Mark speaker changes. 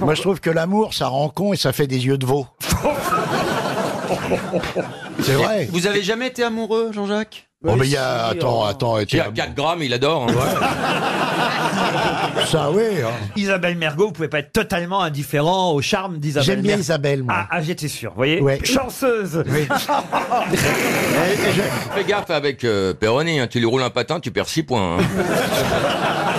Speaker 1: Moi, je trouve que l'amour, ça rend con et ça fait des yeux de veau. C'est vrai.
Speaker 2: Vous avez jamais été amoureux, Jean-Jacques
Speaker 1: Bon, mais il y a. Attends, attends.
Speaker 3: Il
Speaker 1: tiens,
Speaker 3: a 4 grammes, il adore. hein.
Speaker 1: Ça, oui. hein.
Speaker 4: Isabelle Mergot, vous pouvez pas être totalement indifférent au charme d'Isabelle
Speaker 1: J'aime bien
Speaker 4: Mergo.
Speaker 1: Isabelle, moi.
Speaker 4: Ah, ah, j'étais sûr, vous voyez
Speaker 1: Ouais.
Speaker 4: Chanceuse
Speaker 3: Fais gaffe avec euh, Perroni, hein, tu lui roules un patin, tu perds 6 points. hein.